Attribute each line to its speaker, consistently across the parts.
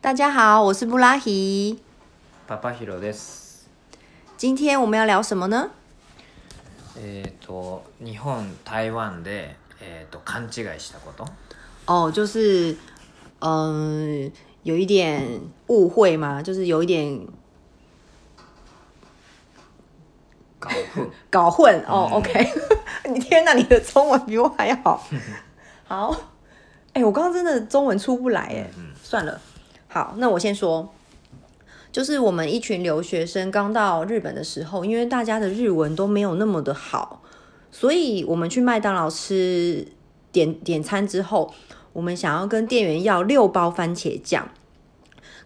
Speaker 1: 大家好，我是布拉希。
Speaker 2: パパヒロです。
Speaker 1: 今天我们要聊什么呢？
Speaker 2: えっ、と日本台湾でえっ、と勘違いしたこと。
Speaker 1: 哦，就是，嗯、有一点误会嘛，就是有一点
Speaker 2: 搞混。
Speaker 1: 搞混哦。OK，你 天哪，你的中文比我还好。好，哎、我刚刚真的中文出不来哎、算了。好，那我先说，就是我们一群留学生刚到日本的时候，因为大家的日文都没有那么的好，所以我们去麦当劳吃点点餐之后，我们想要跟店员要六包番茄酱。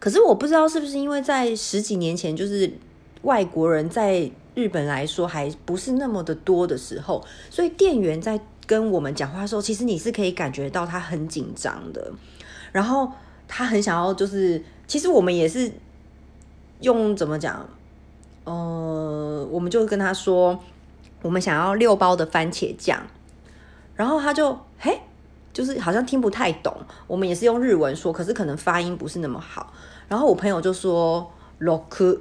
Speaker 1: 可是我不知道是不是因为在十几年前，就是外国人在日本来说还不是那么的多的时候，所以店员在跟我们讲话的时候，其实你是可以感觉到他很紧张的，然后他很想要就是，其实我们也是用怎么讲，呃，我们就跟他说我们想要六包的番茄酱，然后他就嘿。就是好像听不太懂，我们也是用日文说，可是可能发音不是那么好。然后我朋友就说 “loku”，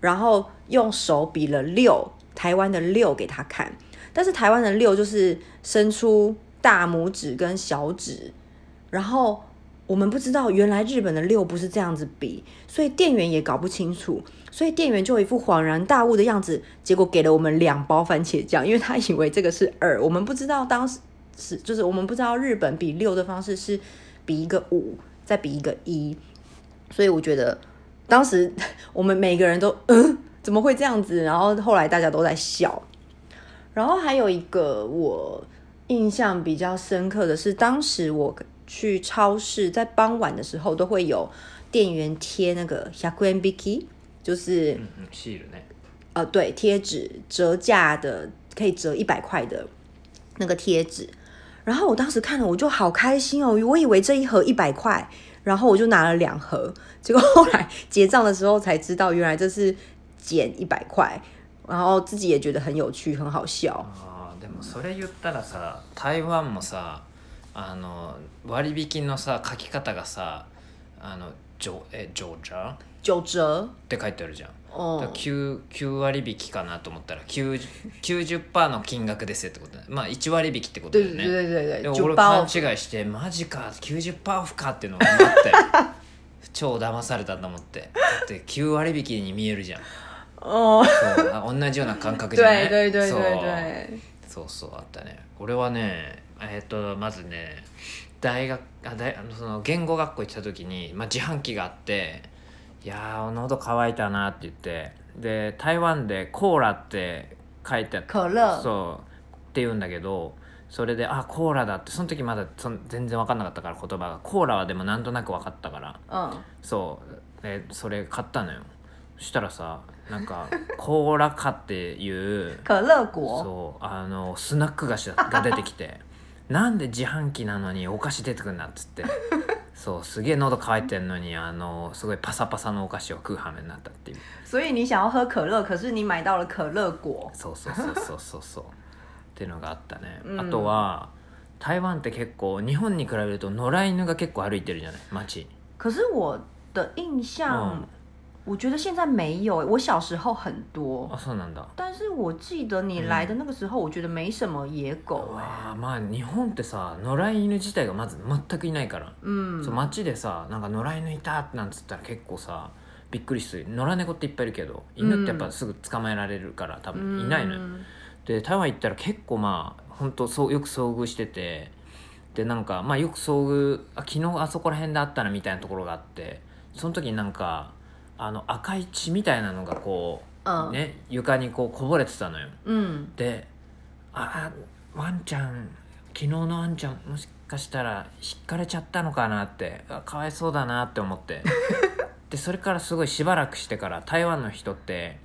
Speaker 1: 然后用手比了六，台湾的六给他看，但是台湾的六就是伸出大拇指跟小指，然后我们不知道原来日本的六不是这样子比，所以店员也搞不清楚，所以店员就一副恍然大悟的样子，结果给了我们两包番茄酱，因为他以为这个是二，我们不知道当时是就是我们不知道日本比六的方式是比一个五，再比一个一，所以我觉得当时 我们每个人都嗯怎么会这样子，然后后来大家都在笑，然后还有一个我印象比较深刻的是，当时我去超市，在傍晚的时候都会有店员贴那个 h y a k u n b i k i 就是
Speaker 2: うんうんシールね。
Speaker 1: 呃，对，贴纸折价的，可以折一百块的那个贴纸。然后我当时看了，我就好开心哦，我以为这一盒一百块，然后我就拿了两盒，结果后来结账的时候才知道，原来这是减一百块，然后自己也觉得很有趣，很好笑。
Speaker 2: ああでもそれ言ったらさ台湾もさあの割引のさ書き方がさあのジョえジョージャーっ
Speaker 1: 九折，
Speaker 2: て書いてあるじゃん。だ
Speaker 1: 哦
Speaker 2: から、9, 9割引きかなと思ったら90 90%の金額ですよってことだねまあ1割引きってこと
Speaker 1: 对
Speaker 2: だよ
Speaker 1: 对
Speaker 2: ね
Speaker 1: 对对
Speaker 2: で
Speaker 1: 对，
Speaker 2: も
Speaker 1: 九
Speaker 2: 俺
Speaker 1: 包
Speaker 2: 勘違いしてマジか90%オフかっていうのを思って 超騙されたと思ってだって9割引きに見えるじゃん
Speaker 1: 哦，
Speaker 2: そうあ同じような感覚じゃな
Speaker 1: 对
Speaker 2: い
Speaker 1: 对对对
Speaker 2: そう
Speaker 1: 对，
Speaker 2: そうそうあったね俺はねえっ、とまずね大学あ大あのその言語学校行ってた時に、まあ、自販機があって「いやー喉乾いたな」って言ってで台湾でコーラって書いてあっ
Speaker 1: 可乐
Speaker 2: そうって言うんだけどそれで「あコーラだ」ってその時まだそん全然分かんなかったから言葉がコーラはでもなんとなく分かったから
Speaker 1: 嗯，
Speaker 2: そうでそれ買ったのよそしたらさなんか「コーラか」っていう
Speaker 1: 可乐果，
Speaker 2: そうあのスナック菓子だが出てきて なんで自販機なのにお菓子出てくるんだっつってそうすげえ喉乾いてんのにあのすごいパサパサのお菓子を食う羽目になったっていう
Speaker 1: 所以你想要喝可乐，可是你买到了可乐果，
Speaker 2: そうそうそうそうそうそうっていうのがあったね、
Speaker 1: うん
Speaker 2: あとは台湾って結構日本に比べると野良犬が結構歩いてるじゃない街
Speaker 1: 可是我的印象，
Speaker 2: 嗯
Speaker 1: 我觉得现在没有欸、我小时候很多
Speaker 2: あ，そうなんだ
Speaker 1: 但是我记得你来的那个时候，我觉得没什么野狗、欸。
Speaker 2: わあまあ日本ってさ野良犬自体がまず全くいないから
Speaker 1: 嗯
Speaker 2: そう街でさなんか野良犬いたなんつったら結構さびっくりする野良猫っていっぱいいるけど犬ってやっぱすぐ捕まえられるから多分いないのよ、
Speaker 1: 嗯
Speaker 2: で台湾行ったら結構まあ本当そうよく遭遇しててでなんかまあよく遭遇あ昨日あそこら辺であったなみたいなところがあってその時になんかあの赤い血みたいなのがこう、
Speaker 1: 嗯
Speaker 2: ね、床にこうこぼれてたのよ
Speaker 1: 嗯
Speaker 2: で「ああワンちゃん昨日のワンちゃんもしかしたら引っかれちゃったのかな」ってあかわいそうだなって思ってでそれからすごいしばらくしてから台湾の人って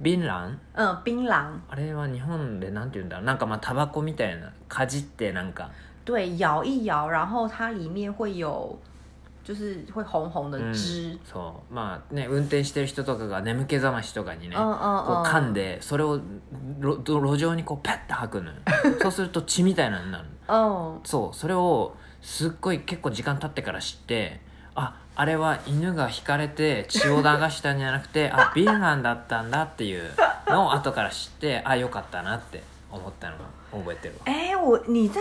Speaker 2: 槟榔
Speaker 1: 嗯，槟榔，
Speaker 2: あれは日本でなんて言うんだろうなんかまあタバコみたいなかじってなんか
Speaker 1: 对，摇一摇，然后它里面会有，就是会红红的
Speaker 2: 嗯
Speaker 1: 汁。
Speaker 2: そうまあね運転してる人とかが眠気覚ましとかに
Speaker 1: 嗯
Speaker 2: ね、
Speaker 1: 嗯
Speaker 2: こう噛ん
Speaker 1: 嗯，
Speaker 2: でそれを路路上にこうペッて吐くのよそうすると血みたいなのになるの
Speaker 1: 嗯
Speaker 2: そうそれをすっごい結構時間経ってから知ってああれは犬が引かれて血を流したんじゃなくてあビーガンだったんだっていうのを後から知ってあよかったなって思ったのが覚えてるわ
Speaker 1: 哎，我你在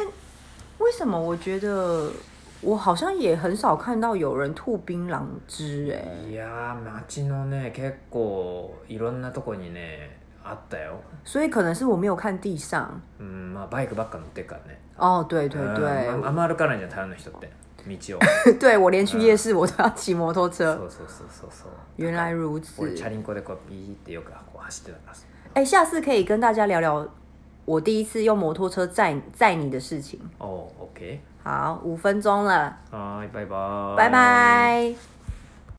Speaker 1: 为什么？我觉得我好像也很少看到有人吐槟榔汁、哎，
Speaker 2: いやー街のね結構いろんなとこにねあったよ
Speaker 1: 所以可能是我没有看地上。
Speaker 2: うんまあバイクばっか乗ってるからね
Speaker 1: 哦，对对
Speaker 2: 呃
Speaker 1: 对，
Speaker 2: うんあんま歩かないじゃん台湾の人って道を
Speaker 1: 对我连去夜市我都要骑摩托车。
Speaker 2: そうそうそうそうそう
Speaker 1: 原来如此
Speaker 2: 俺。チャリンコでこうビーってよくこう走ってたからさ
Speaker 1: 哎、下次可以跟大家聊聊我第一次用摩托车载载你的事情。
Speaker 2: おう OK
Speaker 1: 好，五分钟了，
Speaker 2: はーいバイバーイ
Speaker 1: 拜拜。